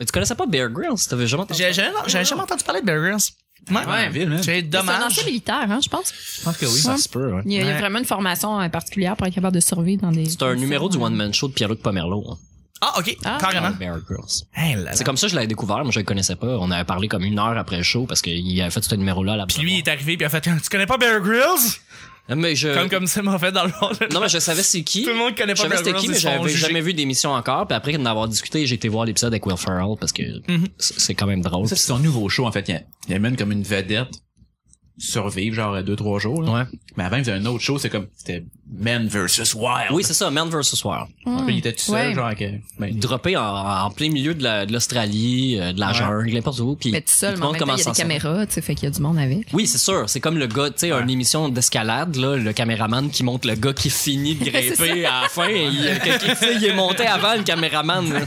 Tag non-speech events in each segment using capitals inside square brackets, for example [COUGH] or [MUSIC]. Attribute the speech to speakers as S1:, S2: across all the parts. S1: Mais tu connaissais pas Bear Grylls? T'avais jamais entendu
S2: J'ai j'ai- j'ai jamais entendu parler de Bear Grylls. Ouais.
S3: Ouais, ville, man.
S2: C'est
S4: C'est un ancien
S2: dommage.
S4: militaire, hein, je pense.
S3: Je pense que oui.
S4: Ouais.
S3: Ça se peut, ouais.
S4: Il y, a, il y a
S2: Ouais.
S4: vraiment une formation euh, particulière pour être capable de survivre dans des.
S1: C'est un numéro du One Man Show de Pierre-Luc Pomerleau. hein.
S2: Ah, ok,
S4: Ah.
S2: carrément.
S1: Bear Grylls.
S2: Hey, là, là.
S1: ben. C'est comme ça que je l'avais découvert. Moi, je le connaissais pas. On avait parlé comme une heure après le show parce qu'il avait fait ce numéro-là à la
S2: Puis lui, il est arrivé, puis il a fait Tu connais pas Bear Grylls
S1: Mais je.
S2: Comme comme ça m'a fait dans le monde.
S1: Euh. Non, mais je savais c'est qui.
S2: Tout le monde connaît
S1: Je
S2: pas
S1: savais
S2: Bear
S1: c'était
S2: Grylls.
S1: qui, mais
S2: ils se font
S1: j'avais
S2: juger.
S1: jamais vu d'émission encore. Puis après d'en avoir discuté, j'ai été voir l'épisode avec Will Ferrell parce que
S2: Mhm.
S1: c- c'est quand même drôle.
S3: Ça, c'est son nouveau show, en fait. Il, il amène comme une vedette survivre, genre, euh, deux, trois jours. là.
S1: Ouais.
S3: Mais avant, il faisait un autre show, c'est comme, c'était Men versus Wild.
S1: Oui, c'est ça, Man vs. Wild.
S3: Puis il était tout seul,
S4: Ouais.
S3: genre, avec, euh, ben,
S1: Droppé en, en plein milieu de la- de l'Australie, euh, de la
S3: Ouais.
S1: jungle, n'importe où. Puis
S4: Mais tout
S1: il
S4: seul,
S1: te
S4: mais en
S1: montre
S4: même temps,
S1: comment
S4: il y a
S1: s'en
S4: des
S1: sortir.
S4: caméras, tu sais, fait qu'il y a du monde avec.
S1: Oui, c'est sûr. C'est comme le gars, tu sais, une émission d'escalade, là, le caméraman qui monte le gars qui finit
S2: [LAUGHS]
S1: de grimper à la fin. et il, quelqu'un, tu sais, il est monté avant le caméraman. là.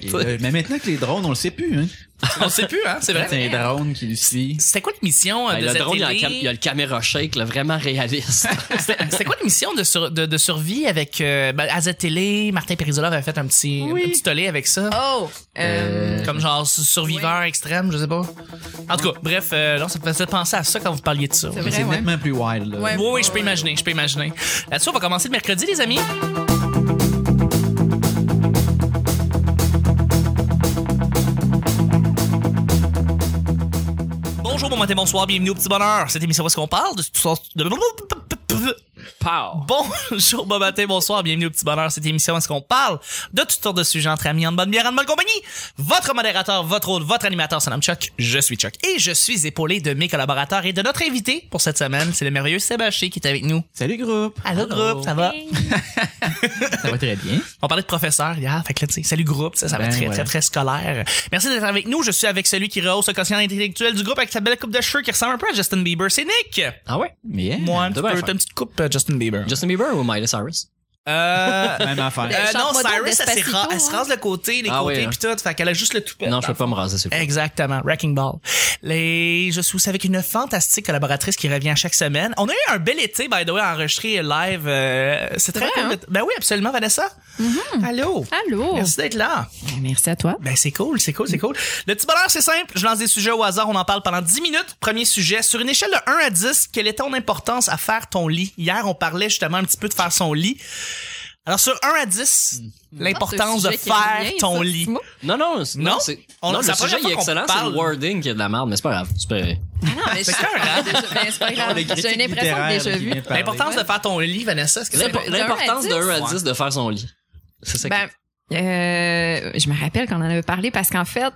S3: et, euh, mais maintenant que les drones, on le sait plus, hein.
S2: [LAUGHS] On sait plus, hein, c'est vrai.
S3: C'est un drone qui lucide.
S2: [LAUGHS] C'était quoi l'émission euh,
S1: Ben,
S2: de
S1: le
S2: cette
S1: drone, il y a,
S2: télé?
S1: un cam- il y a le caméra shake, là, vraiment réaliste.
S2: [LAUGHS] C'était c'était quoi l'émission de, sur- de, de survie avec euh, ben, à télé Martin Perizola avait fait un petit, un petit tollé avec ça.
S4: Oh! Euh,
S2: Comme genre su- surviveur extrême, je sais pas. En tout cas, bref, euh, non, ça me faisait penser à ça quand vous parliez de ça.
S4: c'est
S3: Mais
S4: vrai,
S3: c'est
S4: ouais.
S3: nettement plus wild, là.
S4: Ouais.
S2: Oui, oui, je peux imaginer, je peux imaginer. Là-dessus, on va commencer le mercredi, les amis. Bonjour, bon matin, bonsoir, bienvenue au petit bonheur. Cette émission, où est-ce qu'on parle de toutes sortes de...
S1: Pow!
S2: Bonjour, bon [LAUGHS] matin, bonsoir, bienvenue au Petit Bonheur, cette émission où est-ce qu'on parle de toutes sortes de sujets entre amis, en bonne bière, en bonne compagnie. Votre modérateur, votre hôte, votre animateur, son nom Chuck, je suis Chuck. Et je suis épaulé de mes collaborateurs et de notre invité pour cette semaine, c'est le merveilleux Sébastien qui est avec nous.
S3: Salut, groupe.
S2: Allô, groupe, ça va?
S3: Ça va très bien.
S2: On parlait de professeur hier, fait que là, tu sais, salut groupe, ça, ça va
S3: Ben,
S2: très,
S3: voilà.
S2: très, très scolaire. Merci d'être avec nous, je suis avec celui qui rehausse le quotient intellectuel du groupe avec sa belle coupe de cheveux qui ressemble un peu à Justin Bieber, c'est Nick!
S1: Ah ouais?
S3: Yeah. [LAUGHS]
S2: Moi, un petit
S1: de bien
S2: peu,
S1: faire.
S2: t'as une petite coupe euh, Justin Bieber.
S1: Justin Bieber ou Miley Cyrus?
S2: Euh,
S3: Même affaire.
S4: Elle
S2: Euh,
S4: chante
S2: non,
S4: pas d'autres
S2: Cyrus, elle, s'est
S4: Despacito,
S2: ra- elle se
S4: hein.
S2: rase le côté, les
S1: Ah
S2: côtés,
S1: oui, hein.
S2: pis tout. Fait qu'elle a juste le tout
S1: non, je peux pas me raser, c'est vrai.
S2: Exactement, Wrecking Ball. Les, je suis aussi avec une fantastique collaboratrice qui revient chaque semaine. On a eu un bel été, by the way, enregistré live. euh, c'est très
S4: Vrai,
S2: cool.
S4: hein? Mm-hmm.
S2: Ben oui, absolument, Vanessa. Allô.
S4: Allô?
S2: Merci d'être là.
S4: Ben, Merci à toi.
S2: Ben c'est cool, c'est cool, c'est cool. Le petit bonheur, c'est simple. Je lance des sujets au hasard, on en parle pendant 10 minutes. Premier sujet, sur une échelle de 1 à 10, quelle est ton importance à faire ton lit? Hier, on parlait justement un petit peu de faire son lit. Alors sur 1 à 10, l'importance
S4: Ah,
S2: de
S4: c'est un sujet qui
S2: faire
S4: revient,
S2: ton
S4: ça,
S2: lit.
S4: Simon.
S1: Non, non, c'est-
S2: Non?
S1: non, c'est-
S2: On-
S1: non,
S2: c'est la
S1: le
S2: première
S1: sujet il est
S2: fois qu'on
S1: excellent, c'est
S2: parle.
S1: le wording qui est de la merde, mais c'est pas grave. C'est pas-
S4: Ah non, mais je-
S2: C'est clair, hein?
S4: Ben, c'est pas grave.
S3: Les critiques
S4: J'ai l'impression que
S3: littéraires
S4: déjà
S3: qui
S4: vu.
S3: viennent parler.
S2: L'importance de faire ton lit, Vanessa, est-ce que c'est
S4: L'impo-
S2: important?
S4: de un à
S1: L'importance de 1 à
S2: dix?
S1: 10 de faire son lit. C'est ça qui-
S4: Ben, euh, je me rappelle qu'on en avait parlé parce qu'en fait,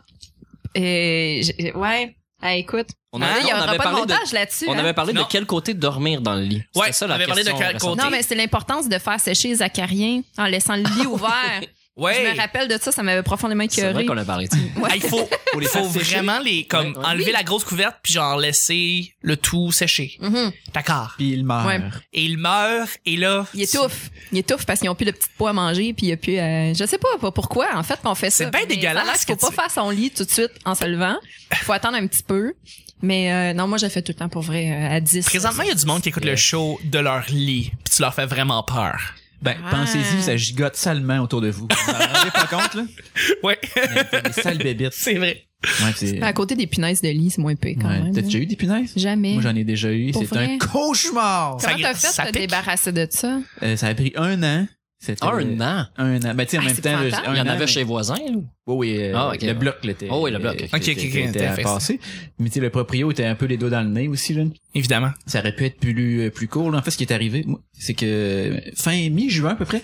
S4: euh, j'ai- ouais, ah, écoute,
S1: On
S4: Hein,
S1: avait-
S4: il n'y
S1: on
S4: aura
S1: avait
S4: pas de
S1: parlé de-
S4: montage là-dessus.
S1: On
S4: hein?
S1: avait parlé
S2: Non.
S1: de quel côté dormir dans le lit.
S2: Ouais,
S1: C'était ça la
S2: on avait parlé de
S1: question
S2: quel
S1: récente.
S2: côté.
S4: Non, mais c'est l'importance de faire sécher les acariens en laissant le lit ouvert. Je
S2: Ouais.
S4: me rappelle de ça, ça m'avait profondément
S1: C'est vrai
S4: écœuré.
S1: qu'on a parlé de ça.
S2: Ah, il faut,
S3: Pour les
S2: faut
S3: faire sécher.
S2: vraiment les, comme,
S3: Ouais, ouais.
S2: enlever la grosse couverte puis genre laisser le tout sécher.
S4: Mhm.
S2: D'accord.
S3: Puis il meurt.
S4: Ouais.
S2: Et il meurt, et là.
S4: Ils étouffent. Ils étouffent parce qu'ils n'ont plus de petites pois à manger, puis il n'y a plus. euh, je sais pas, pas pourquoi, en fait, qu'on fait ça.
S2: C'est bien
S4: Mais
S2: dégueulasse
S4: ça a l'air qu'il
S2: que
S4: faut pas
S2: tu-
S4: faire son lit tout de suite en se levant. faut attendre un petit peu. Mais euh, non, moi, j'ai fait tout le temps pour vrai euh, à 10.
S2: Présentement, il y a du monde qui écoute le show de leur lit, puis tu leur fais vraiment peur.
S3: Ben,
S4: Ah.
S3: pensez-y, ça gigote salement autour de vous. Vous vous en rendez pas compte,
S4: [LAUGHS]
S3: là?
S2: Ouais, [LAUGHS]
S3: Mais c'est des sales bébites.
S2: c'est vrai.
S3: Ouais, c'est.
S4: Mais à côté des punaises de lit, c'est moins pire quand
S3: Ouais.
S4: même. hein.
S3: T'as déjà eu des punaises?
S4: Jamais.
S3: Moi, j'en ai déjà eu.
S4: Pour
S3: C'est un
S4: vrai?
S3: cauchemar!
S4: Comment
S2: Ça-
S4: t'as fait
S2: ça
S4: de te
S2: pique.
S4: débarrasser de ça?
S3: Euh, ça a pris un an. C'était
S1: Un an.
S3: Un an. Ben, tu sais, en
S4: Ah,
S3: même
S4: c'est
S3: temps,
S4: épouvantable.
S3: Euh, un
S1: Il y en
S3: an,
S1: avait
S3: mais-
S1: chez les voisins. là.
S3: Oui, oui. euh,
S1: Ah, ok,
S3: le
S1: ouais.
S3: bloc, là, était.
S1: Oh, oui, le bloc. Ok,
S2: ok, ok,
S3: Était à
S2: fait ça.
S3: passer. Mais tu sais, le proprio était un peu les dos dans le nez aussi, là.
S2: Évidemment.
S3: ça aurait pu être plus euh, plus court. là. En fait, ce qui est arrivé, moi, c'est que euh, fin mi-juin à peu près,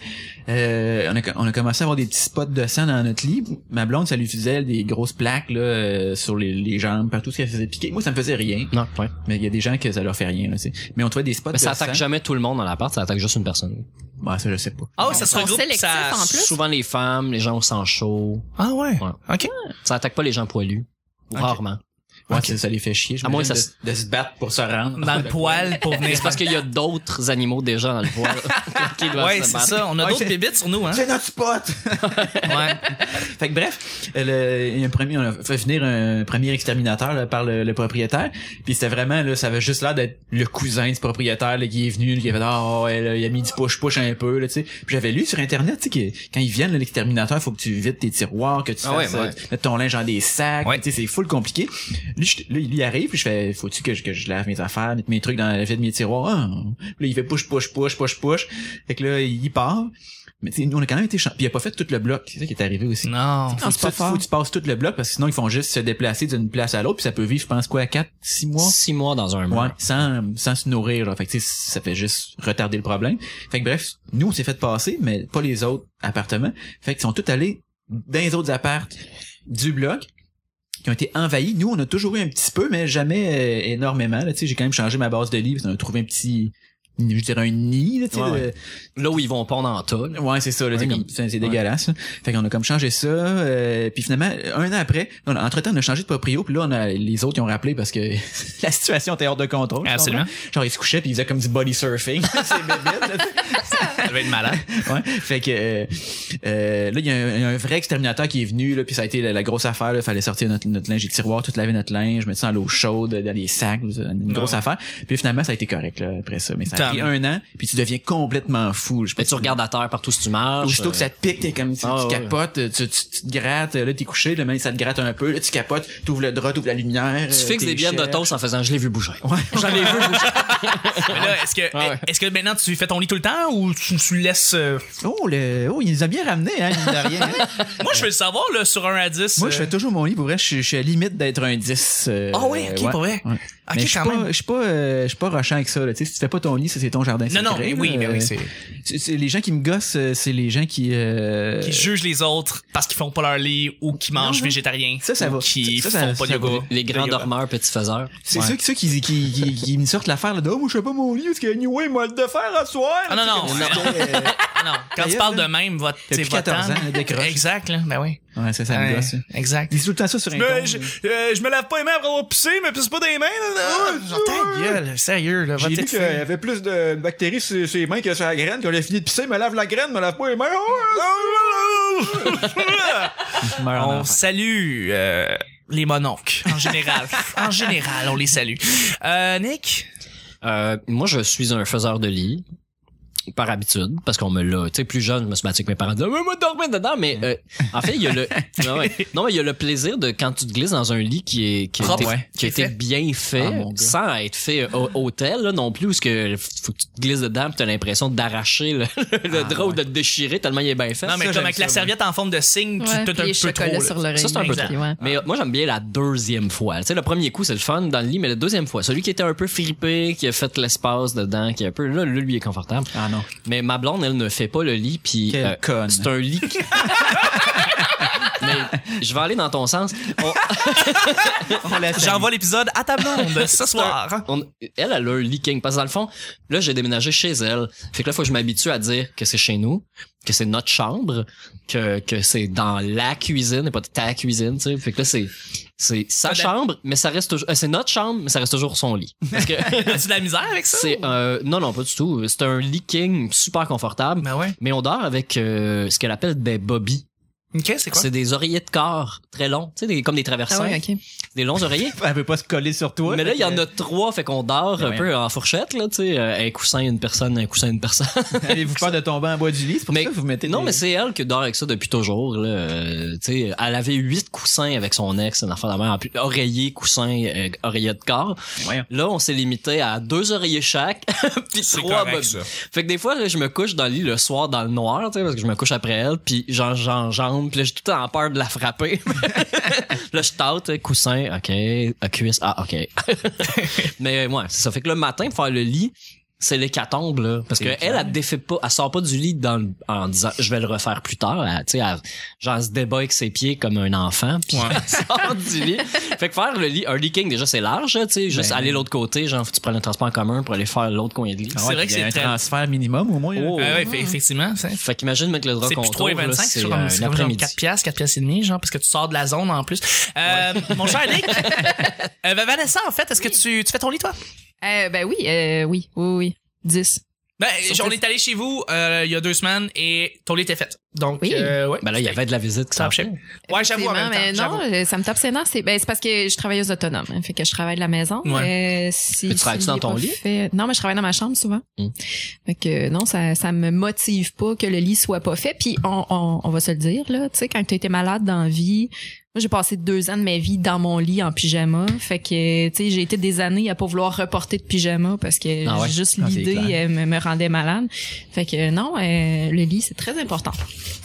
S3: euh, on, a, on a commencé à avoir des petits spots de sang dans notre lit. Ma blonde, ça lui faisait des grosses plaques là, euh, sur les, les jambes, partout ce qu'elle faisait piquer. Moi, ça me faisait rien.
S1: Non, ouais.
S3: Mais il y a des gens que ça leur fait rien. Là, tu sais. mais on trouvait des spots
S1: Mais ça
S3: de sang.
S1: attaque jamais tout le monde dans l'appart, ça attaque juste une personne.
S3: Ouais, ça, je sais pas.
S2: Ah, ouais, ça
S4: Ils
S2: se
S4: sont
S2: regroupe.
S4: sélectifs,
S2: ça...
S4: en plus.
S1: Souvent les femmes, les gens au sang chaud.
S2: Ah ouais.
S1: Ouais.
S2: Ok.
S1: Ça attaque pas les gens poilus. Rarement.
S3: Ouais, ça, ça les fait chier.
S1: À moins
S3: j'imagine,
S1: que ça
S3: de, de se battre pour se rendre.
S2: dans le poil pour venir.
S1: [LAUGHS] C'est parce qu'il y a d'autres animaux déjà dans le
S3: [LAUGHS]
S1: poil qui doivent
S2: Ouais,
S1: se
S2: c'est
S1: battre.
S2: ça. On a
S3: Ouais,
S2: d'autres
S3: c'est-
S2: bébites sur
S3: [LAUGHS]
S2: nous, hein.
S3: C'est notre spot!
S2: Ouais.
S3: Fait que bref, euh, le, il y a un premier, on a fait venir un premier exterminateur là, par le, le propriétaire. Puis c'était vraiment là, ça avait juste l'air d'être le cousin du propriétaire là, qui est venu, là, qui avait dit, Ah, ouais, là, il a mis du push push un peu là, tu sais. Puis j'avais lu sur internet, tu sais, que quand ils viennent là, l'exterminateur, faut que tu vides tes tiroirs, que tu
S1: Ah
S3: fasses
S1: ouais, ouais.
S3: euh, mettre ton linge dans des sacs,
S2: Ouais.
S3: tu sais, c'est full compliqué. Lui, je- là, il y arrive, puis je fais, faut-tu que je, que je lave mes affaires, mettre mes trucs dans la vie de mes tiroirs. Ah. Puis là, il fait push push push push push. Fait que là, il part. Mais tu sais, nous, on a quand même été champ- Puis il a pas fait tout le bloc. C'est ça qui est arrivé aussi.
S2: Non.
S3: Faut,
S4: Ah,
S3: que
S4: c'est pas
S3: tu- faut
S4: fort.
S3: que tu passes tout le bloc parce que sinon ils font juste se déplacer d'une place à l'autre puis ça peut vivre je pense quoi 4 6 mois
S1: Six mois dans un mur.
S3: ouais, sans sans se nourrir là. fait que tu sais, ça fait juste retarder le problème. Fait que bref, nous on s'est fait passer mais pas les autres appartements. Fait qu'ils sont tous allés dans les autres appartes du bloc qui ont été envahis. Nous on a toujours eu un petit peu mais jamais euh, énormément là, tu sais, j'ai quand même changé ma base de lit parce qu'on a trouvé un petit je dirais un nid là, tu sais,
S1: Ouais,
S3: de-
S1: ouais. Là où ils vont pondre en tas. là.
S3: Ouais, c'est ça, là,
S1: Ouais,
S3: c'est
S1: mais-
S3: comme- c'est c'est dégueulasse. là. Fait qu'on a comme changé ça, euh, puis finalement un an après, on a- entre-temps on a changé de proprio, puis là on a les autres ils ont rappelé parce que [LAUGHS] la situation était hors de contrôle.
S2: Absolument.
S3: Genre ils se couchaient puis ils faisaient comme du body surfing, [LAUGHS] c'est bébête. là.
S2: Ça va être malade.
S3: Ouais. Fait que euh, euh, là, il y, a un- il y a un vrai exterminateur qui est venu, là, puis ça a été la, la grosse affaire. Il fallait sortir notre, notre linge du tiroir, tout laver notre linge, mettre ça à l'eau chaude, dans les sacs, une grosse
S2: Ouais.
S3: affaire. Puis finalement, ça a été correct là, après ça. Mais ça
S2: Tant
S3: a pris
S2: mieux.
S3: un an, puis tu deviens complètement fou. Je sais
S1: Mais
S3: pas
S1: tu
S3: si-
S1: regardes à terre partout si tu
S2: Ah,
S1: marches.
S3: Aussitôt que ça te pique, t'es comme, tu,
S1: Ah,
S3: tu
S1: ouais.
S3: capotes, tu, tu, tu te grattes, là, t'es couché, le même, ça te gratte un peu, là, tu capotes, t'ouvres le drap, t'ouvres la lumière.
S1: Tu
S3: euh,
S1: fixes
S3: t'es
S1: des billettes de
S3: cher.
S1: toast en faisant je l'ai vu bouger.
S3: Ouais.
S1: J'en ai vu bouger.
S2: Mais là, est-ce que,
S1: Ouais.
S2: est-ce que maintenant tu fais ton lit tout le temps ou tu, tu laisses. euh,
S3: Oh, le, oh, il nous a bien ramené, hein, mine
S2: [LAUGHS]
S3: de rien. hein.
S2: Moi, je veux le savoir, là, sur 1 à 10.
S3: Moi,
S2: euh,
S3: je fais toujours mon lit, pour vrai, je, suis- je suis à la limite d'être un 10. euh,
S2: Ah ouais, ok, pas vrai.
S3: ouais.
S2: Ok,
S3: Mais je suis
S2: quand
S3: pas,
S2: même.
S3: je suis pas, euh, je suis pas rushant avec ça, là, tu sais, si tu fais pas ton lit, ça, c'est ton jardin
S2: Non, non,
S3: secret,
S2: mais oui,
S3: là,
S2: mais
S3: euh,
S2: oui, c'est.
S3: c'est- c'est- les gens qui me gossent, euh, c'est les gens qui, euh,
S2: Qui jugent les autres parce qu'ils font pas leur lit ou qui mangent
S3: ouais.
S2: végétarien.
S3: Ça, ça
S2: ou
S3: va.
S2: Qui
S3: Ça, ça-
S2: font pas
S3: ça
S2: de
S3: va.
S2: yoga.
S1: Les grands
S2: De yoga.
S1: dormeurs, petits faiseurs.
S3: c'est
S2: Ouais.
S3: ceux, ceux qui, qui, qui, qui me sortent l'affaire, là, de, oh, moi, je fais pas mon lit, parce que, anyway, moi, le de faire à soir.
S2: Ah non, non, non, [LAUGHS]
S3: Euh,
S2: Ah non. Quand tu
S3: D'ailleurs,
S2: parles de
S3: là,
S2: même, votre. t'sais,
S3: depuis
S2: votre
S3: 14 ans,
S2: âme-
S3: elle décroche.
S2: Exact, là. Ben oui.
S3: Ouais, ça, ça me
S2: Ouais,
S3: gosse. ça.
S2: Exact.
S3: Ils disent tout le temps ça sur un
S2: Mais
S3: ton.
S2: je, euh, je me lave pas les mains après avoir poussé, mais pousse pas des mains. Là, là. Genre, Ah, ta gueule, sérieux, là. va
S3: Ah, J'ai lu euh, qu'il y
S2: t'étouffer.
S3: avait plus de bactéries sur sur les mains que sur la graine. Quand j'ai fini de pisser, me lave la graine, me lave pas les mains.
S2: On salue euh, les mononcles, en général. en général, on les salue. Euh, Nick?
S1: Euh, moi, je suis un faiseur de lit par habitude parce qu'on me l'a tu sais plus jeune je me suis battu avec mes parents disaient, Mais moi dormir dedans mais euh, en fait il y a le non, ouais. Non, mais il y a le plaisir de quand tu te glisses dans un lit qui est qui a
S2: Propre,
S1: été,
S2: ouais.
S1: qui a
S2: Qui est
S1: été
S2: fait.
S1: bien fait
S3: Ah, mon gars.
S1: sans être fait euh, au hôtel là, non plus parce que faut que tu te glisses dedans puis t'as l'impression d'arracher le, [LAUGHS] le drap ou de te déchirer tellement il est bien fait
S2: Non, mais
S3: ça,
S2: comme
S3: j'aime
S2: avec la
S3: ça,
S2: serviette en forme de cygne, tu
S4: Ouais,
S2: te
S4: puis
S2: un
S4: les
S2: peu trop.
S4: chocolats
S2: là.
S4: sur l'oreille.
S1: Ça, c'est un peu
S2: Exact.
S1: trop.
S4: Ouais.
S1: Mais euh, moi, j'aime bien la deuxième fois. Tu sais, le premier coup, c'est le fun dans le lit, mais la deuxième fois, celui qui était un peu fripé, qui a fait l'espace dedans, qui est un peu, là, lui, il est confortable.
S3: Ah [LAUGHS] non.
S1: Mais ma blonde, elle ne fait pas le lit, puis
S3: Quelle
S1: euh,
S3: conne.
S1: c'est un lit. qui- [LAUGHS] mais je vais aller dans ton sens. On-
S2: J'envoie l'épisode à ta blonde ce soir. [LAUGHS]
S1: on- elle, elle a un lit king. Parce que dans le fond, là, j'ai déménagé chez elle. Fait que là, faut que je m'habitue à dire que c'est chez nous, que c'est notre chambre, que, que c'est dans la cuisine et pas ta cuisine, tu sais. Fait que là, c'est, c'est sa
S2: Ah ben-
S1: chambre, mais ça reste toujours, euh, c'est notre chambre, mais ça reste toujours son lit. Parce
S2: [LAUGHS]
S1: que
S2: As-tu de la misère avec ça?
S1: c'est, euh, non, non, pas du tout. C'est un lit king super confortable.
S2: Ben ouais.
S1: Mais on dort avec euh, ce qu'elle appelle des bobbies.
S2: Ok, c'est quoi?
S1: C'est des oreillers de corps très longs, tu sais, des- comme des
S4: Ah
S1: traversins,
S4: oui, ok.
S1: des longs oreillers.
S3: Elle veut pas se coller sur toi.
S1: Mais là, il y en a trois, fait qu'on dort
S3: Ben
S1: un peu en fourchette, là, tu sais, euh, un coussin, une personne, un coussin, une personne.
S3: Avez-vous peur de tomber en bas du lit? C'est pour
S1: Mais-
S3: ça que vous mettez
S1: non,
S3: des-
S1: mais c'est elle qui dort avec ça depuis toujours, là. euh, tu sais, elle avait huit coussins avec son ex, un enfant de la mère, en plus, oreiller, coussin, euh, oreiller de corps.
S3: Voyons.
S1: Là, on s'est limité à deux oreillers chaque, [LAUGHS] puis trois
S2: correct,
S1: bobbies.
S2: ça.
S1: Fait que des fois, là, je me couche dans le lit le soir dans le noir, tu sais, parce que je me couche après elle, puis j'en- j'en- j'en- puis là, j'ai tout le temps peur de la frapper. [LAUGHS] là, je tâte, euh, coussin, ok, euh, cuisse, ah, ok. Mais ouais, c'est ça. Fait que le matin, faire le lit, c'est l'hécatombe, là. Parce que
S3: C'est
S1: elle,
S3: clair.
S1: elle, elle défait pas, elle sort pas du lit dans, le- en disant, je vais le refaire plus tard. Elle, tu sais, elle, genre, elle se débat avec ses pieds comme un enfant, puis
S2: [LAUGHS] Ouais.
S1: elle [LAUGHS] sort du lit. Fait que faire le lit, un leaking, déjà, c'est large, là, tu sais, juste
S3: Ben.
S1: aller l'autre côté, genre, faut que tu prennes le transport en commun pour aller faire l'autre coin de lit.
S2: Ah ouais. vrai que
S3: Il y a
S2: c'est
S3: un
S2: très-
S3: transfert minimum au moins. là.
S1: Oh.
S2: Ah ouais, fait- effectivement. C'est
S1: Fait qu'imagine, mec, le drap
S2: c'est plus
S1: qu'on
S2: 3,25,
S1: tourne, là,
S2: c'est
S1: c'est
S2: toujours
S1: euh,
S2: comme, c'est
S1: un
S2: comme genre
S1: après-midi.
S2: 4 piastres, 4 piastres et demi, genre, parce que tu sors de la zone en plus. Euh, Mon cher [LAUGHS] Nick, euh, ben, Vanessa, en fait, est-ce que tu, tu fais ton lit, toi?
S4: Euh, ben oui, euh, oui, oui, oui. 10.
S2: Ben,
S4: Surtout-
S2: on est allé chez vous euh, il y a deux semaines et ton lit était fait. Donc,
S4: Oui.
S2: euh, ouais.
S1: Ben là, il y avait de la visite qui
S2: Top
S1: s'en
S2: shape.
S1: fait.
S2: Ouais, j'avoue, en même temps,
S4: Effectivement,
S2: j'avoue.
S4: mais non, euh, ça me tape ses nerfs. C'est ben, c'est parce que je travaille aux autonomes. hein, fait que je travaille de la maison. Euh, si,
S1: Mais tu travailles-tu
S4: si
S1: dans
S4: j'ai
S1: ton
S4: pas
S1: lit?
S4: fait- Non, mais je travaille dans ma chambre souvent.
S1: Hmm.
S4: Fait que non, ça, ça me motive pas que le lit soit pas fait. Puis on, on, on va se le dire là. Tu sais, quand t'as été malade dans la vie. Moi, j'ai passé deux ans de ma vie dans mon lit en pyjama. Fait que, tu sais, j'ai été des années à pas vouloir reporter de pyjama parce que
S1: Ah ouais?
S4: juste
S3: Ah, c'est
S4: l'idée
S3: clair.
S4: euh, me, me rendait malade. Fait que, non, euh, le lit, c'est très important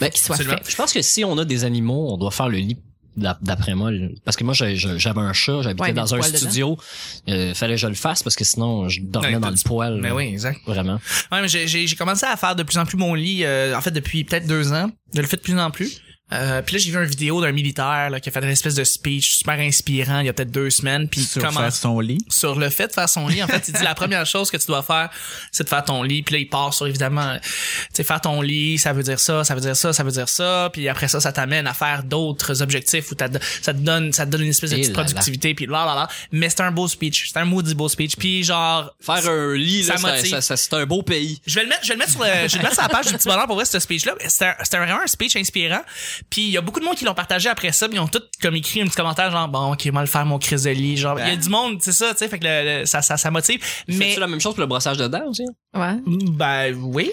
S1: Ben,
S4: qu'il soit
S2: absolument.
S4: fait.
S1: Je pense que si on a des animaux, on doit faire le lit d'a- d'après moi le- parce que moi j'ai- j'ai- j'avais un chat j'habitais
S4: Ouais, mais
S1: dans
S4: le
S1: un
S4: poil dedans.
S1: studio euh, fallait que je le fasse parce que sinon je dormais
S2: Ouais,
S1: dans
S2: t'as
S1: le
S2: du-
S1: poil
S2: Mais
S1: là.
S2: oui, exact.
S1: vraiment
S2: Ouais, mais j'ai- j'ai j'ai commencé à faire de plus en plus mon lit, euh, en fait, depuis peut-être deux ans. Je le fais de plus en plus. Euh, puis là, j'ai vu une vidéo d'un militaire là, qui a fait une espèce de speech super inspirant il y a peut-être deux semaines. Puis
S3: Sur
S2: comment
S3: faire son lit.
S2: sur le fait de faire son lit. En fait, il dit la première chose que tu dois faire, c'est de faire ton lit. Puis là, il part sur évidemment, euh, tu sais, faire ton lit, ça veut dire ça, ça veut dire ça, ça veut dire ça. Puis après ça, ça t'amène à faire d'autres objectifs où t'as- ça te donne, ça te donne une espèce de
S1: Et
S2: petite
S1: là là.
S2: productivité. Puis là, là, là. Mais c'est un beau speech, c'est un maudit beau speech. Puis genre,
S1: faire un lit
S2: Ça
S1: là, ça-
S2: motive.
S1: ça- ça- c'est un beau pays
S2: je vais le mettre, je vais le mettre sur, le, je vais le mettre sur la page du petit bonheur pour vrai ce speech là. C'était un- c'était vraiment un speech inspirant. Puis il y a beaucoup de monde qui l'ont partagé après ça, puis ils ont tous comme écrit un petit commentaire genre bon ok mal faire mon crise de lit genre il y a du monde c'est ça tu sais fait que le- le- ça, ça ça motive. Mais
S1: mais tu la même chose pour le brossage de dents aussi
S4: Ouais.
S2: ben oui,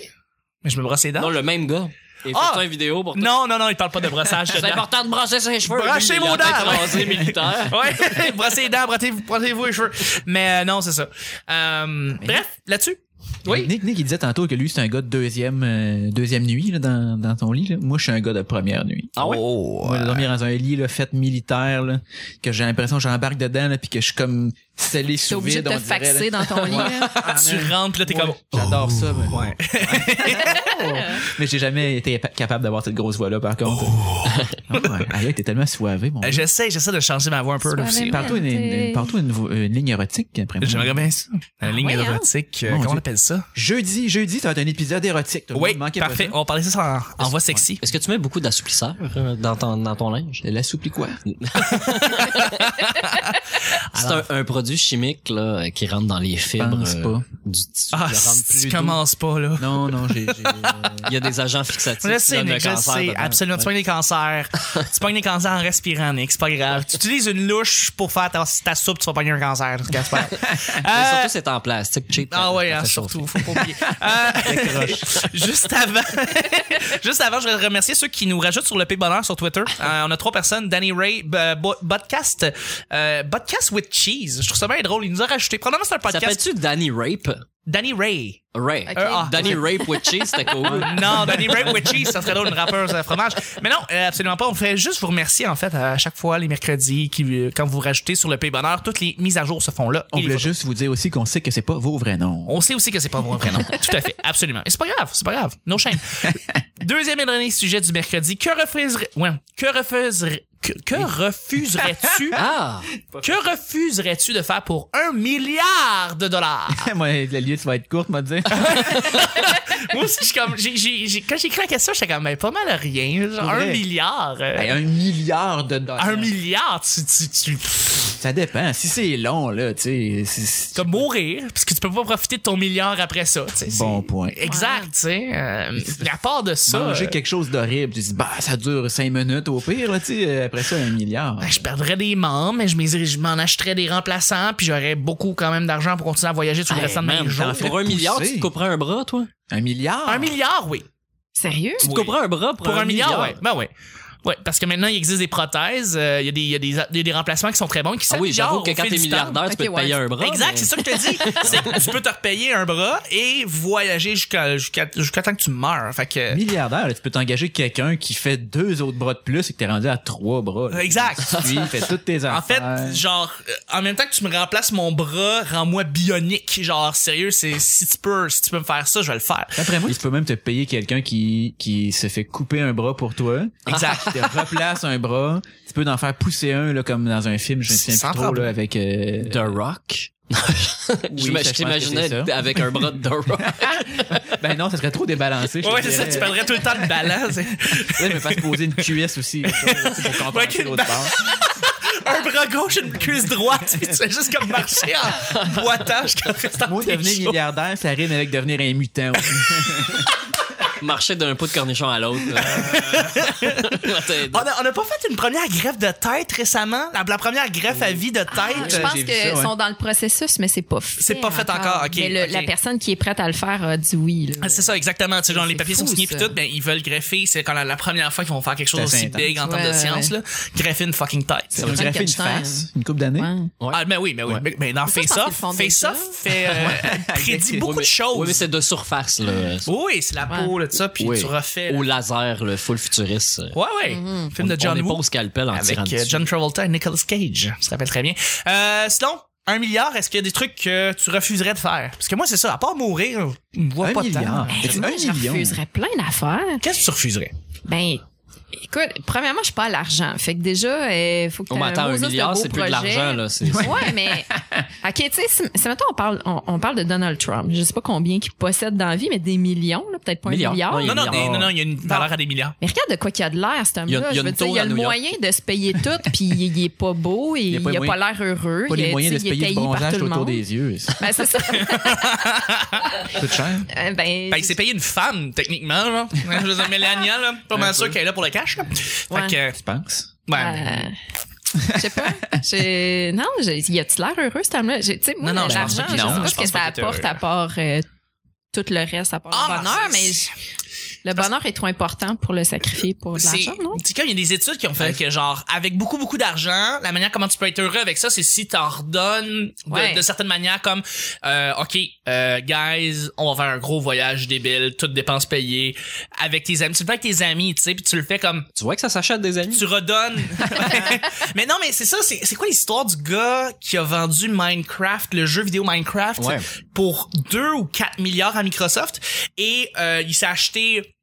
S2: mais je me brosse les dents.
S1: non le même gars et
S2: Ah!
S1: fait une vidéo pour
S2: Non non non il parle pas de brossage de
S1: c'est
S2: dents.
S1: important de brasser ses cheveux
S2: Brasser
S1: Lui, il a
S2: vos
S1: la tête
S2: dents, ouais.
S1: rasée militaire
S2: ouais [LAUGHS] brossez les dents brossez-vous brossez-vous les cheveux. Mais euh, non c'est ça. Euh, bref là-dessus. Oui.
S3: Nick, Nick, il disait tantôt que lui, c'est un gars de deuxième, euh, deuxième nuit là, dans, dans ton lit. là. Moi, je suis un gars de première nuit.
S1: ah ouais
S3: Moi, de dormir dans un lit là, fait militaire, là, que j'ai l'impression que j'embarque dedans, là, puis que je suis comme scellé
S4: T'es
S3: sous
S4: obligé
S3: vide.
S4: de te
S3: on dirait, là.
S4: faxer dans ton lit. hein? là.
S3: Ah,
S2: Tu
S3: man.
S2: rentres puis là t'es
S3: Ouais,
S2: comme
S3: J'adore ça. Mais, Oh. [LAUGHS] mais j'ai jamais été pa- capable d'avoir cette grosse voix-là, par contre.
S2: Oh.
S3: Ah [LAUGHS] ouais. Aïe, t'es tellement soivé, mon gars.
S2: j'essaie j'essaie de changer ma voix un peu là
S4: Soirée
S2: aussi.
S3: Partout une, une- partout une, vo- une ligne érotique, après moi.
S2: J'aimerais bien ça. La ligne
S4: ouais, hein?
S2: érotique, euh,
S3: Mon
S2: comment on
S3: Dieu.
S2: appelle ça?
S3: Jeudi, jeudi, ça va être un épisode érotique. tout le
S2: Oui,
S3: monde, manquez pas
S2: parfait.
S3: ça.
S2: On va parler de ça en, en voix sexy.
S1: est-ce que tu mets beaucoup d'assouplisseurs euh, dans ton dans ton linge
S3: Je la supplie quoi?
S1: c'est un, un produit chimique là euh, qui rentre dans les fibres
S3: Pense
S1: euh,
S3: pas.
S1: du tissu
S2: Ah,
S1: qui le rendent plus
S2: si tu
S1: doux.
S2: commences pas, là.
S3: Non, non,
S2: [LAUGHS]
S3: j'ai. j'ai, euh,
S1: il y a des agents fixatifs
S2: Je
S1: qui
S2: sais,
S1: donnent le
S2: Nick, je
S1: cancer
S2: sais.
S1: dedans.
S2: Absolument. Tu pognes les cancers. tu pognes les cancers en respirant, Nick. C'est pas grave. Tu utilises une louche pour faire ta, ta soupe, tu vas pogner un cancer. C'est pas grave.
S1: Mais
S2: Euh,
S1: surtout, c'est en plastique cheap.
S2: Ah ouais,
S1: Ça
S2: hein,
S1: fait
S2: surtout,
S1: chauffer.
S2: faut
S1: [LAUGHS]
S2: pas oublier. Euh, [LAUGHS] juste avant, [LAUGHS] juste avant, je voudrais remercier ceux qui nous rajoutent sur le P Bonheur sur Twitter. Euh, on a trois personnes, Danny Ray, B- Bo- Podcast, euh, Podcast with Cheese. Je trouve ça bien drôle. Il nous a rajouté. Probablement c'est un podcast.
S1: S'appelles-tu Danny Rape?
S2: Danny Ray.
S1: Ray.
S4: Ok.
S2: Euh, ah.
S1: Danny Rape with cheese, c'était cool.
S2: Non, Danny Ray with Cheese, ça serait drôle, une rappeuse à fromage. Mais non, euh, absolument pas. On fait juste vous remercier, en fait, à chaque fois, les mercredis, qui, euh, quand vous rajoutez sur le P Bonheur, toutes les mises à jour se font là.
S3: On
S2: Et les
S3: voulait
S2: photos.
S3: juste vous dire aussi qu'on sait que c'est pas vos vrais noms. [LAUGHS]
S2: On sait aussi que c'est pas mon vrai nom. Tout à fait, absolument. Et c'est pas grave, c'est pas grave. No
S3: [LAUGHS]
S2: shame. Deuxième et dernier sujet du mercredi. Que refuserais, ouais, que refuserais, que, que
S3: [LAUGHS]
S2: refuserais-tu,
S1: Ah!
S2: que refuserais-tu de faire pour un milliard de dollars?
S3: [LAUGHS] Moi, la liste va être courte, m'a dit.
S2: Moi aussi, je suis comme, j'ai, j'ai, j'ai- quand j'ai écrit la question, j'étais comme, ben, pas mal rien. Genre,
S3: Pour
S2: un
S3: vrai.
S2: milliard. euh,
S3: Hey, Ben, oh, euh, un milliard de dollars.
S2: un milliard, tu, tu, tu,
S3: Ça dépend. Si c'est long, là, tu sais. c'est- c'est-
S2: tu vas mourir, parce que tu peux pas profiter de ton milliard après ça, tu sais.
S3: Bon
S2: c'est-
S3: point.
S2: Exact, tu sais. euh, mais à part de ça.
S3: Manger
S2: euh,
S3: quelque chose d'horrible. Tu dis, bah, ça dure cinq minutes au pire, là, tu sais. euh, Après ça, un milliard.
S2: Ben, je perdrais des membres, mais je m'es- je m'en achèterais des remplaçants, puis j'aurais beaucoup quand même d'argent pour continuer à voyager sur le
S1: Hey,
S2: restant de
S1: man,
S2: mes jours.
S1: t'en fais Pour un
S3: pousser.
S1: milliard, tu te couperais un bras, toi?
S3: Un milliard?
S2: Un milliard, oui.
S4: Sérieux?
S1: Tu te
S2: Oui.
S1: couperais un bras pour,
S2: Pour un milliard, ouais. Ben ouais. Ouais, parce que maintenant, il existe des prothèses, euh, il y a des- il y, a des- il y a des remplacements qui sont très bons, qui
S1: Ah oui, j'avoue
S2: s'améliorent
S1: que
S2: au
S1: quand
S2: fil
S1: t'es
S2: du temps.
S1: milliardaire, tu peux
S4: Ok,
S1: te
S4: ouais.
S1: payer un bras.
S2: Exact,
S1: mais-
S2: c'est ça que je te
S1: [LAUGHS]
S2: dis. C'est que tu peux te repayer un bras et voyager jusqu'à jusqu'à jusqu'à temps que tu meurs. Fait que
S3: Milliardaire, là, tu peux t'engager quelqu'un qui fait deux autres bras de plus et que t'es rendu à trois bras. là.
S2: Exact.
S3: Lui, il fait toutes tes
S2: [LAUGHS]
S3: affaires.
S2: en fait, genre euh, en même temps que tu me remplaces mon bras, rends-moi bionique. Genre sérieux, c'est si tu peux si tu peux me faire ça, je vais le faire.
S3: D'après moi, tu peux même te payer quelqu'un qui, qui se fait couper un bras pour toi.
S2: Exact.
S3: Qui te replace un bras. Tu peux en faire pousser un, là, comme dans un film, je ne sais
S2: Sans
S3: plus trop,
S2: problème.
S3: là, avec, euh,
S1: The Rock.
S3: je pense
S1: je
S3: que
S1: t'imaginais
S3: c'est ça.
S1: avec un bras de The Rock.
S2: [LAUGHS]
S3: ben non, ça serait trop débalancé. je
S2: Ouais,
S3: te
S2: c'est ça,
S3: dirais.
S2: tu perdrais tout le temps de balance.
S3: Ouais, mais faire poser une cuisse aussi, là, pour compenser
S2: Ouais,
S3: l'autre bord.
S2: un bras gauche, une cuisse droite, tu sais juste comme marcher en boitant jusqu'à restant
S3: Moi, devenir milliardaire, ça rime avec devenir un mutant. aussi.
S1: Marcher d'un pot de cornichon à l'autre.
S2: Euh.
S1: [LAUGHS]
S2: On a, on a pas fait une première greffe de tête récemment? La, la première greffe à vie de tête?
S4: Je
S3: euh,
S4: pense
S3: j'ai vu
S4: qu'ils
S3: ça, ouais.
S4: sont dans le processus, mais c'est pas fait.
S2: C'est pas fait encore, ok,
S4: Mais le-
S2: ok.
S4: la personne qui est prête à le faire a dit oui. là.
S2: Ah, c'est ça, exactement. Tu sais, genre, les
S4: C'est
S2: papiers
S4: fou,
S2: sont signés pis
S4: ça.
S2: tout, ben, ils veulent greffer. C'est quand la, la première fois qu'ils vont faire quelque chose
S3: C'est assez
S2: aussi
S3: intense.
S2: big en termes de
S4: Ouais,
S2: science, là. Greffer une fucking tête.
S3: Ça va
S4: Frank
S3: greffer une
S4: Einstein.
S3: face, une coupe d'années.
S4: Ouais.
S2: Ah, mais oui, mais oui. Mais, mais dans
S4: Mais ça, je
S2: Face
S4: pense qu'ils
S2: Off, Face
S4: font déjà.
S2: Off fait, euh, prédit beaucoup de
S1: Oui, mais
S2: choses.
S1: c'est de surface, là.
S2: Oui, c'est la
S4: Ouais.
S2: peau, là, de ça, puis
S1: Oui.
S2: tu refais.
S1: Au laser, le full futuriste.
S2: Ouais, ouais.
S4: Mm-hmm.
S2: Film de John
S1: On est pas
S2: Woo
S1: au scalpel en
S2: avec
S1: tirant
S2: euh,
S1: dessus.
S2: John Travolta et Nicolas Cage. Je me rappelle très bien. Euh, sinon, un milliard, est-ce qu'il y a des trucs que tu refuserais de faire? Parce que moi, c'est ça, à part mourir, on me voit
S3: Un
S2: pas
S3: milliard.
S2: tant.
S3: C'est
S4: Moi, je
S3: un million.
S4: refuserais plein d'affaires.
S2: Qu'est-ce que tu refuserais?
S4: Ben, écoute, premièrement, je suis pas à l'argent. Fait que déjà, il faut que
S1: On
S4: t'aies
S1: m'attend
S4: beau
S1: un
S4: os de
S1: milliard,
S4: beau
S1: c'est plus de
S4: projet.
S1: l'argent, là. c'est-
S4: Ouais, mais OK, tu sais, si, si mettons on parle on, on parle de Donald Trump, je sais pas combien qu'il possède dans la vie, mais des millions, là, peut-être pas
S1: Milliards.
S4: un milliard.
S1: Non,
S2: Non, non,
S1: milliard.
S2: des- non, non, il y a une valeur à des milliards.
S4: Mais regarde de quoi qu'il y a de l'air, c'est un
S1: Il y a-
S4: gars.
S1: il y a
S4: Je veux
S1: une
S4: dire,
S1: tour
S4: il y a
S1: à
S4: le
S1: New York.
S4: moyen de se payer tout, puis il est pas beau et il
S3: pas les
S4: a pas
S3: moyens-
S4: l'air heureux.
S3: Pas
S4: il
S3: les
S4: est-
S3: moyens de
S4: tu
S3: se
S4: sais, il est
S3: payer du
S4: taillé par
S3: bronzage
S4: tout le
S3: autour
S4: monde.
S3: des yeux. C'est
S4: Ben, c'est ça.
S3: tout cher.
S4: Euh, ben,
S2: Ben, il s'est payé une femme, techniquement, là. Je veux dire, Mélania, là. Pas mal sûr qu'elle est là pour le cash, là.
S4: Ouais.
S2: Fait que,
S3: Tu penses?
S2: ben,
S4: euh, je sais pas. Je- Non, je- y a-t-il l'air heureux, ce homme-là? Je- Tu sais, moi,
S2: Non, non, je pense
S4: l'argent,
S2: pas
S4: je
S2: qu'il- non,
S4: sais pas
S2: je
S4: ce
S2: pense
S4: que ça
S2: pas qu'il est
S4: apporte
S2: heureux.
S4: à part euh, tout le reste, à part
S2: Ah,
S4: le bonheur,
S2: c'est-
S4: mais je- le bonheur est trop important pour le sacrifier pour de
S2: c'est,
S4: l'argent, non?
S2: c'est comme il y a des études qui ont fait que, genre, avec beaucoup, beaucoup d'argent, la manière comment tu peux être heureux avec ça, c'est si t'en redonnes de,
S4: Ouais.
S2: de certaines manières comme, euh, OK, euh, guys, on va faire un gros voyage débile, toutes dépenses payées, avec tes amis. Tu le fais avec tes amis, tu sais, puis tu le fais comme,
S1: Tu vois que ça s'achète des amis?
S2: tu redonnes. [LAUGHS] mais non, mais c'est ça, c'est c'est quoi l'histoire du gars qui a vendu Minecraft, le jeu vidéo Minecraft,
S1: Ouais.
S2: pour 2 ou 4 milliards à Microsoft et euh, il s'est acheté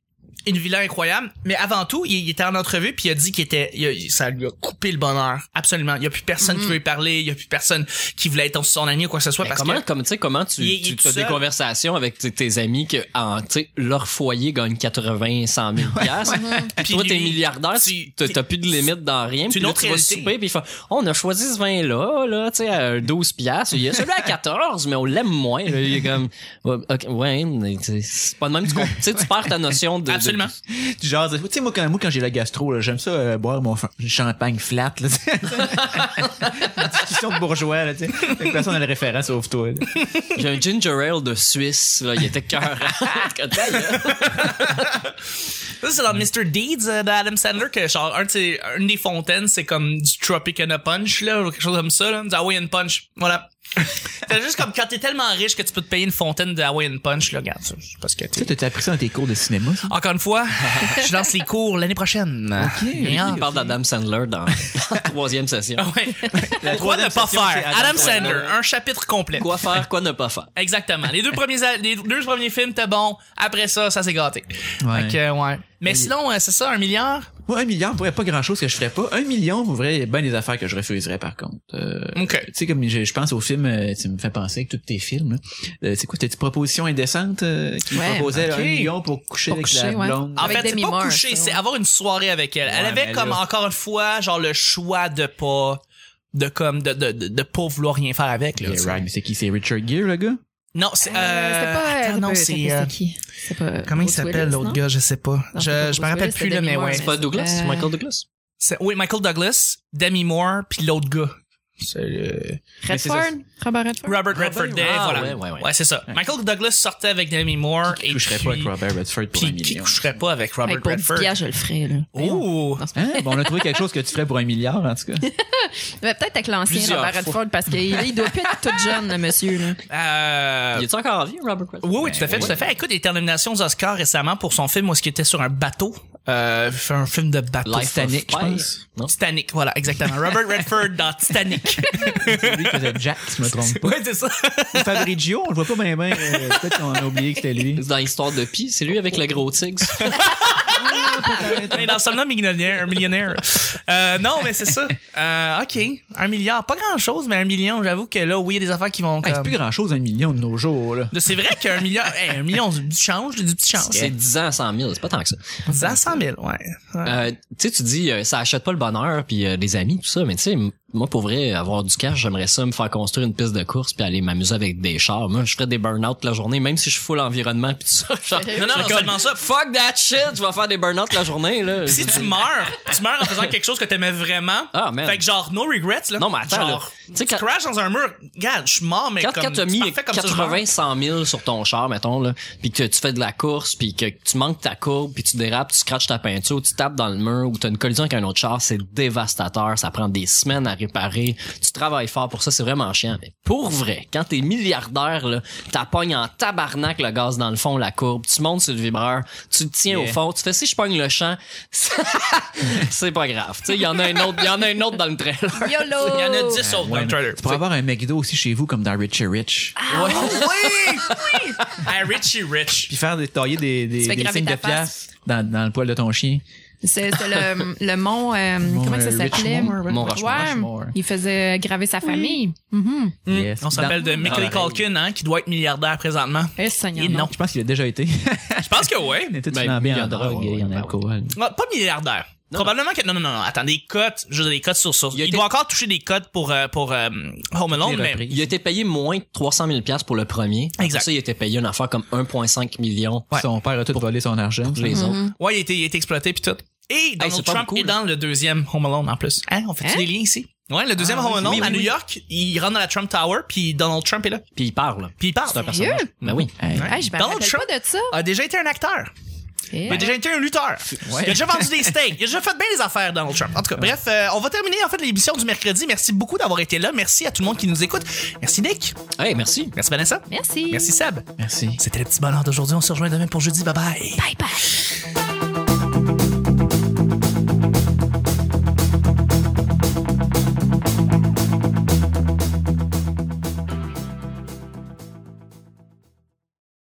S2: une villa incroyable, mais avant tout, il, il était en entrevue puis il a dit qu'il était, il a- ça lui a coupé le bonheur, absolument. Il y a plus personne qui veut lui parler, il y a plus personne qui voulait être son ami ou quoi que ce soit
S1: Mais
S2: parce
S1: comment,
S2: que
S1: comme, tu sais, comment tu,
S2: Il est- il est
S1: tu
S2: tout
S1: as des
S2: seul.
S1: conversations avec tes, tes amis que en, tu sais, leur foyer gagne 80, 100 000 piastres. Puis toi,
S2: Puis
S1: t'es
S2: lui,
S1: milliardaire,
S2: tu-
S1: tu t'as- t'as plus de limite dans rien. Puis
S2: une
S1: là,
S2: autre
S1: tu vas
S2: réalité.
S1: souper, puis il fait oh, On a choisi ce vin-là, là, tu sais, à 12 piastres. Il y a celui à 14, mais on l'aime moins. Là, il est comme Ouais, ok, Ouais, mais tu sais, c'est pas de même. Tu comp- tu sais, tu perds ta notion de. de-
S2: absolument.
S3: Tu jases. Tu sais, moi, quand, moi, quand j'ai la gastro, là, j'aime ça euh, boire mon fa- champagne flat. Là, [LAUGHS] Une discussion de bourgeois. Là, tu sais. Fait que Personne n'a le référent, sauf toi. là.
S1: J'ai un ginger ale de Suisse, là, il était cœur. [LAUGHS]
S2: [LAUGHS] Ça, c'est dans Mr. Deeds euh, d'Adam Sandler que genre un de ses- une des fontaines c'est comme du Tropicana Punch là ou quelque chose comme ça là, du Hawaiian Punch. Voilà. c'est juste comme quand t'es tellement riche que tu peux te payer une fontaine de Hawaiian Punch là, regarde ça, c'est parce que
S3: Tu
S2: t'es-
S3: sais, t'as appris ça dans tes cours de cinéma, ça?
S2: Encore une fois, je lance les cours l'année prochaine. Et en-
S1: Il parle d'Adam Sandler dans la troisième session.
S2: Ah ouais.
S3: La
S2: Pourquoi
S3: troisième
S2: ne pas
S3: session,
S2: faire
S3: c'est
S2: Adam,
S3: Adam
S2: Sandler,
S3: Sandler.
S2: un chapitre complet.
S1: Quoi faire, quoi ne pas faire.
S2: Exactement. Les deux premiers les deux premiers films étaient bons. Après ça, ça s'est gâté.
S3: Ouais.
S2: Fait que, ouais. Mais sinon, euh, c'est ça, un milliard.
S3: Moi, un million, pourrait pas grand-chose que je ferais pas. Un million, pour vrai, il y a bien des affaires que je refuserais, par contre. Euh,
S2: Ok.
S3: Tu sais, comme je, je pense au film, euh, tu me fais penser avec tous tes films. là. Euh, c'est quoi, t'as-tu Proposition indécente euh, qui
S4: Ouais.
S3: proposait là,
S2: Ok.
S3: un million pour coucher
S4: Pour
S3: avec
S4: coucher,
S3: la
S4: ouais.
S3: blonde?
S2: En
S4: Avec
S2: fait, c'est
S4: Demi
S2: pas
S4: Moore,
S2: coucher,
S4: ça,
S2: c'est
S4: ouais.
S2: avoir une soirée avec elle. elle
S3: Ouais,
S2: avait
S3: mais
S2: comme
S3: là-
S2: encore une fois genre le choix de pas de comme de de de, de pas vouloir rien faire avec là.
S3: Yeah,
S2: tu sais.
S3: right. Mais c'est qui? C'est Richard Gere, le gars?
S2: Non, c'est euh,
S4: c'est
S2: attends,
S4: pas.
S2: non,
S4: euh,
S2: c'est euh,
S4: c'est qui? C'est pas
S2: comment il
S4: Bruce
S2: s'appelle
S4: Willis,
S2: l'autre
S4: non?
S2: gars, je sais pas.
S4: Non, c'est pas
S2: je je me
S4: Bruce
S2: rappelle
S4: Willis,
S2: plus
S4: c'est
S2: là
S4: Demi
S2: mais euh,
S4: Moore.
S2: ouais.
S1: C'est pas Douglas, c'est
S4: Euh,
S1: Michael Douglas.
S2: C'est- Oui, Michael Douglas, Demi Moore puis l'autre gars. C'est, euh,
S3: Mais c'est ça,
S4: Redford? Robert Redford?
S2: Robert Redford Day,
S1: Ah,
S2: voilà.
S1: ouais, ouais, ouais.
S2: c'est ça. Michael Douglas sortait avec Demi Moore.
S3: Qui
S2: et
S3: coucherait
S2: puis,
S3: pas avec Robert Redford pour un
S2: Puis qui
S3: million.
S2: coucherait pas avec Robert
S4: Hey, pour 10
S2: Redford?
S4: piastres, je le ferais, là.
S2: Oh. Ouh!
S3: Hein? Bon, on a trouvé quelque chose que tu ferais pour un milliard, en tout
S2: [LAUGHS]
S3: cas.
S4: Mais peut-être avec l'ancien
S1: Plusieurs
S4: Robert
S1: fois.
S4: Redford, parce qu'il il doit plus être tout jeune, le monsieur, là.
S2: Euh,
S1: Il est encore en vie, Robert Redford?
S2: Oui, oui, tout à fait, tout à fait. Écoute, il était en nomination aux Oscars récemment pour son film où il était sur un bateau. Euh, fait un film de bateau.
S1: Life
S3: Titanic,
S1: of
S3: je
S1: Pi.
S3: pense.
S1: Non?
S2: Titanic, voilà, exactement. Robert Redford
S1: [LAUGHS]
S2: dans Titanic.
S3: C'est lui qui faisait Jack, si je me trompe pas.
S2: ouais, c'est ça.
S3: Ou Fabrizio, on le voit pas bien, bien. euh, Peut-être qu'on a oublié que c'était
S2: [LAUGHS]
S3: lui.
S1: C'est dans l'histoire de Pi, c'est lui avec le gros tigre.
S2: Mais dans Somnum millionnaire, un millionnaire. Euh, non, mais c'est ça. Euh, OK, un milliard, pas grand-chose, mais un million, j'avoue que là, oui, il y a des affaires qui vont
S3: Hey,
S2: comme-
S3: c'est plus grand-chose un million de nos jours, là.
S2: C'est vrai qu'un million, hey, un million, du change, du petit change.
S1: c'est 10 ans à 100 000, c'est pas tant que ça.
S2: 10 à 100 000, ouais. Ouais.
S1: Euh, tu sais, tu dis, euh, ça achète pas le bonheur, puis euh, des amis, tout ça, mais tu sais, m- moi, pour vrai, avoir du cash, j'aimerais ça me faire construire une piste de course, puis aller m'amuser avec des chars. Moi, je ferais des burn-out toute la journée, même si je fous l'environnement, puis tout ça. [LAUGHS] Genre,
S2: Non, non, non,
S1: comme,
S2: seulement ça.
S1: Fuck that shit, je vais faire des burn-out toute la journée, là.
S2: Si tu meurs, tu meurs en faisant quelque chose que t'aimais vraiment.
S1: Ah, man.
S2: Fait que genre, no regrets, là.
S1: Non, mais attends, là.
S2: genre,
S1: Tu sais,
S2: tu
S1: quand-
S2: crashes dans un mur, regarde, je suis mort, mais
S1: Quand,
S2: comme,
S1: quand t'as
S2: c'est
S1: mis
S2: parfait comme ça, je meurs.
S1: 80, 100 000 sur ton char, mettons, là, puis que tu fais de la course, puis que tu manques ta courbe, puis tu dérapes, tu scratches ta peinture, tu tapes dans le mur, ou t'as une collision avec un autre char, c'est dévastateur, ça prend des semaines à réparer, tu travailles fort pour ça, c'est vraiment chiant. Mais pour vrai, quand t'es milliardaire, là, t'appognes en tabarnak le gaz dans le fond, la courbe, tu montes sur le vibreur, tu le tiens au
S3: Yeah.
S1: fond, tu fais si je pogne le champ, [LAUGHS] c'est pas grave. Tu sais, il y en a un autre, il y en a un autre dans le trailer.
S4: [LAUGHS] YOLO!
S2: Il y en a 10 autres dans
S3: Ouais,
S2: le
S3: mais
S2: trailer.
S3: tu pourrais avoir un McDo aussi chez vous, comme dans Richie Rich.
S2: Ouais. oui! À Richie Rich.
S3: Puis faire des, tailler des, des,
S4: Tu fais
S3: des
S4: graver
S3: signes
S4: ta
S3: de
S4: face.
S3: pièces dans, dans le poil de ton chien.
S4: C'est c'est le, le mont, euh,
S3: Mon,
S4: comment que ça
S3: euh,
S4: s'appelait?
S3: Richmond, Mont
S4: Ouais,
S3: Rushmore, Rushmore.
S4: il faisait graver sa famille. Mhm.
S3: Yes.
S2: On s'appelle
S3: Dans-
S2: de Michael
S3: Ah,
S2: Culkin, hein, qui doit être milliardaire présentement.
S4: Eh, Seigneur,
S2: Et non.
S3: Je pense qu'il a déjà été. [LAUGHS]
S2: Je pense que ouais.
S3: Il était
S1: Ben,
S3: flambé
S1: il y en
S3: en
S1: a,
S3: drogue
S1: ouais,
S3: et en
S1: ouais,
S3: alcool.
S2: Ah, Pas milliardaire. Probablement que non non non non attendez cotes je veux dire des cotes sur sur
S1: Il
S2: il,
S1: y a des-
S2: doit encore toucher des cotes pour euh, pour euh, Home Alone
S3: Des
S2: mais
S3: reprises.
S1: Il a été payé moins de 300 000 pièces pour le premier. Après
S2: Exact.
S1: ça, il a été payé une affaire comme 1,5 million
S2: Ouais.
S3: Son père a tout volé son argent.
S1: pour les autres.
S2: Mm. ouais il a été il a été exploité puis tout et Donald
S1: c'est pas
S2: Trump
S1: cool.
S2: est dans le deuxième Home Alone en plus hein on fait
S4: Hein?
S2: des liens ici ouais le deuxième
S3: Ah,
S2: Home
S3: oui,
S2: Alone
S3: oui,
S2: à
S3: oui,
S2: New
S3: oui.
S2: York il rentre dans la Trump Tower puis Donald Trump est là
S1: Puis il parle.
S2: puis il parle
S1: C'est un
S4: Sérieux?
S1: personnage. Ben oui.
S3: Hey.
S2: Ouais.
S4: Ah, je me
S2: Donald
S4: rappelle
S2: Trump
S4: pas de ça.
S2: a déjà été un acteur
S4: Eh,
S2: il a déjà été un lutteur il a déjà vendu des steaks il a déjà fait bien des affaires Donald Trump en tout cas bref euh, on va terminer en fait l'émission du mercredi merci beaucoup d'avoir été là merci à tout le monde qui nous écoute merci Nick
S1: Hey, merci.
S2: merci Vanessa
S4: Merci.
S2: merci Seb
S3: Merci.
S2: C'était le petit bonheur d'aujourd'hui. On se rejoint demain pour jeudi. Bye bye.
S4: Bye bye.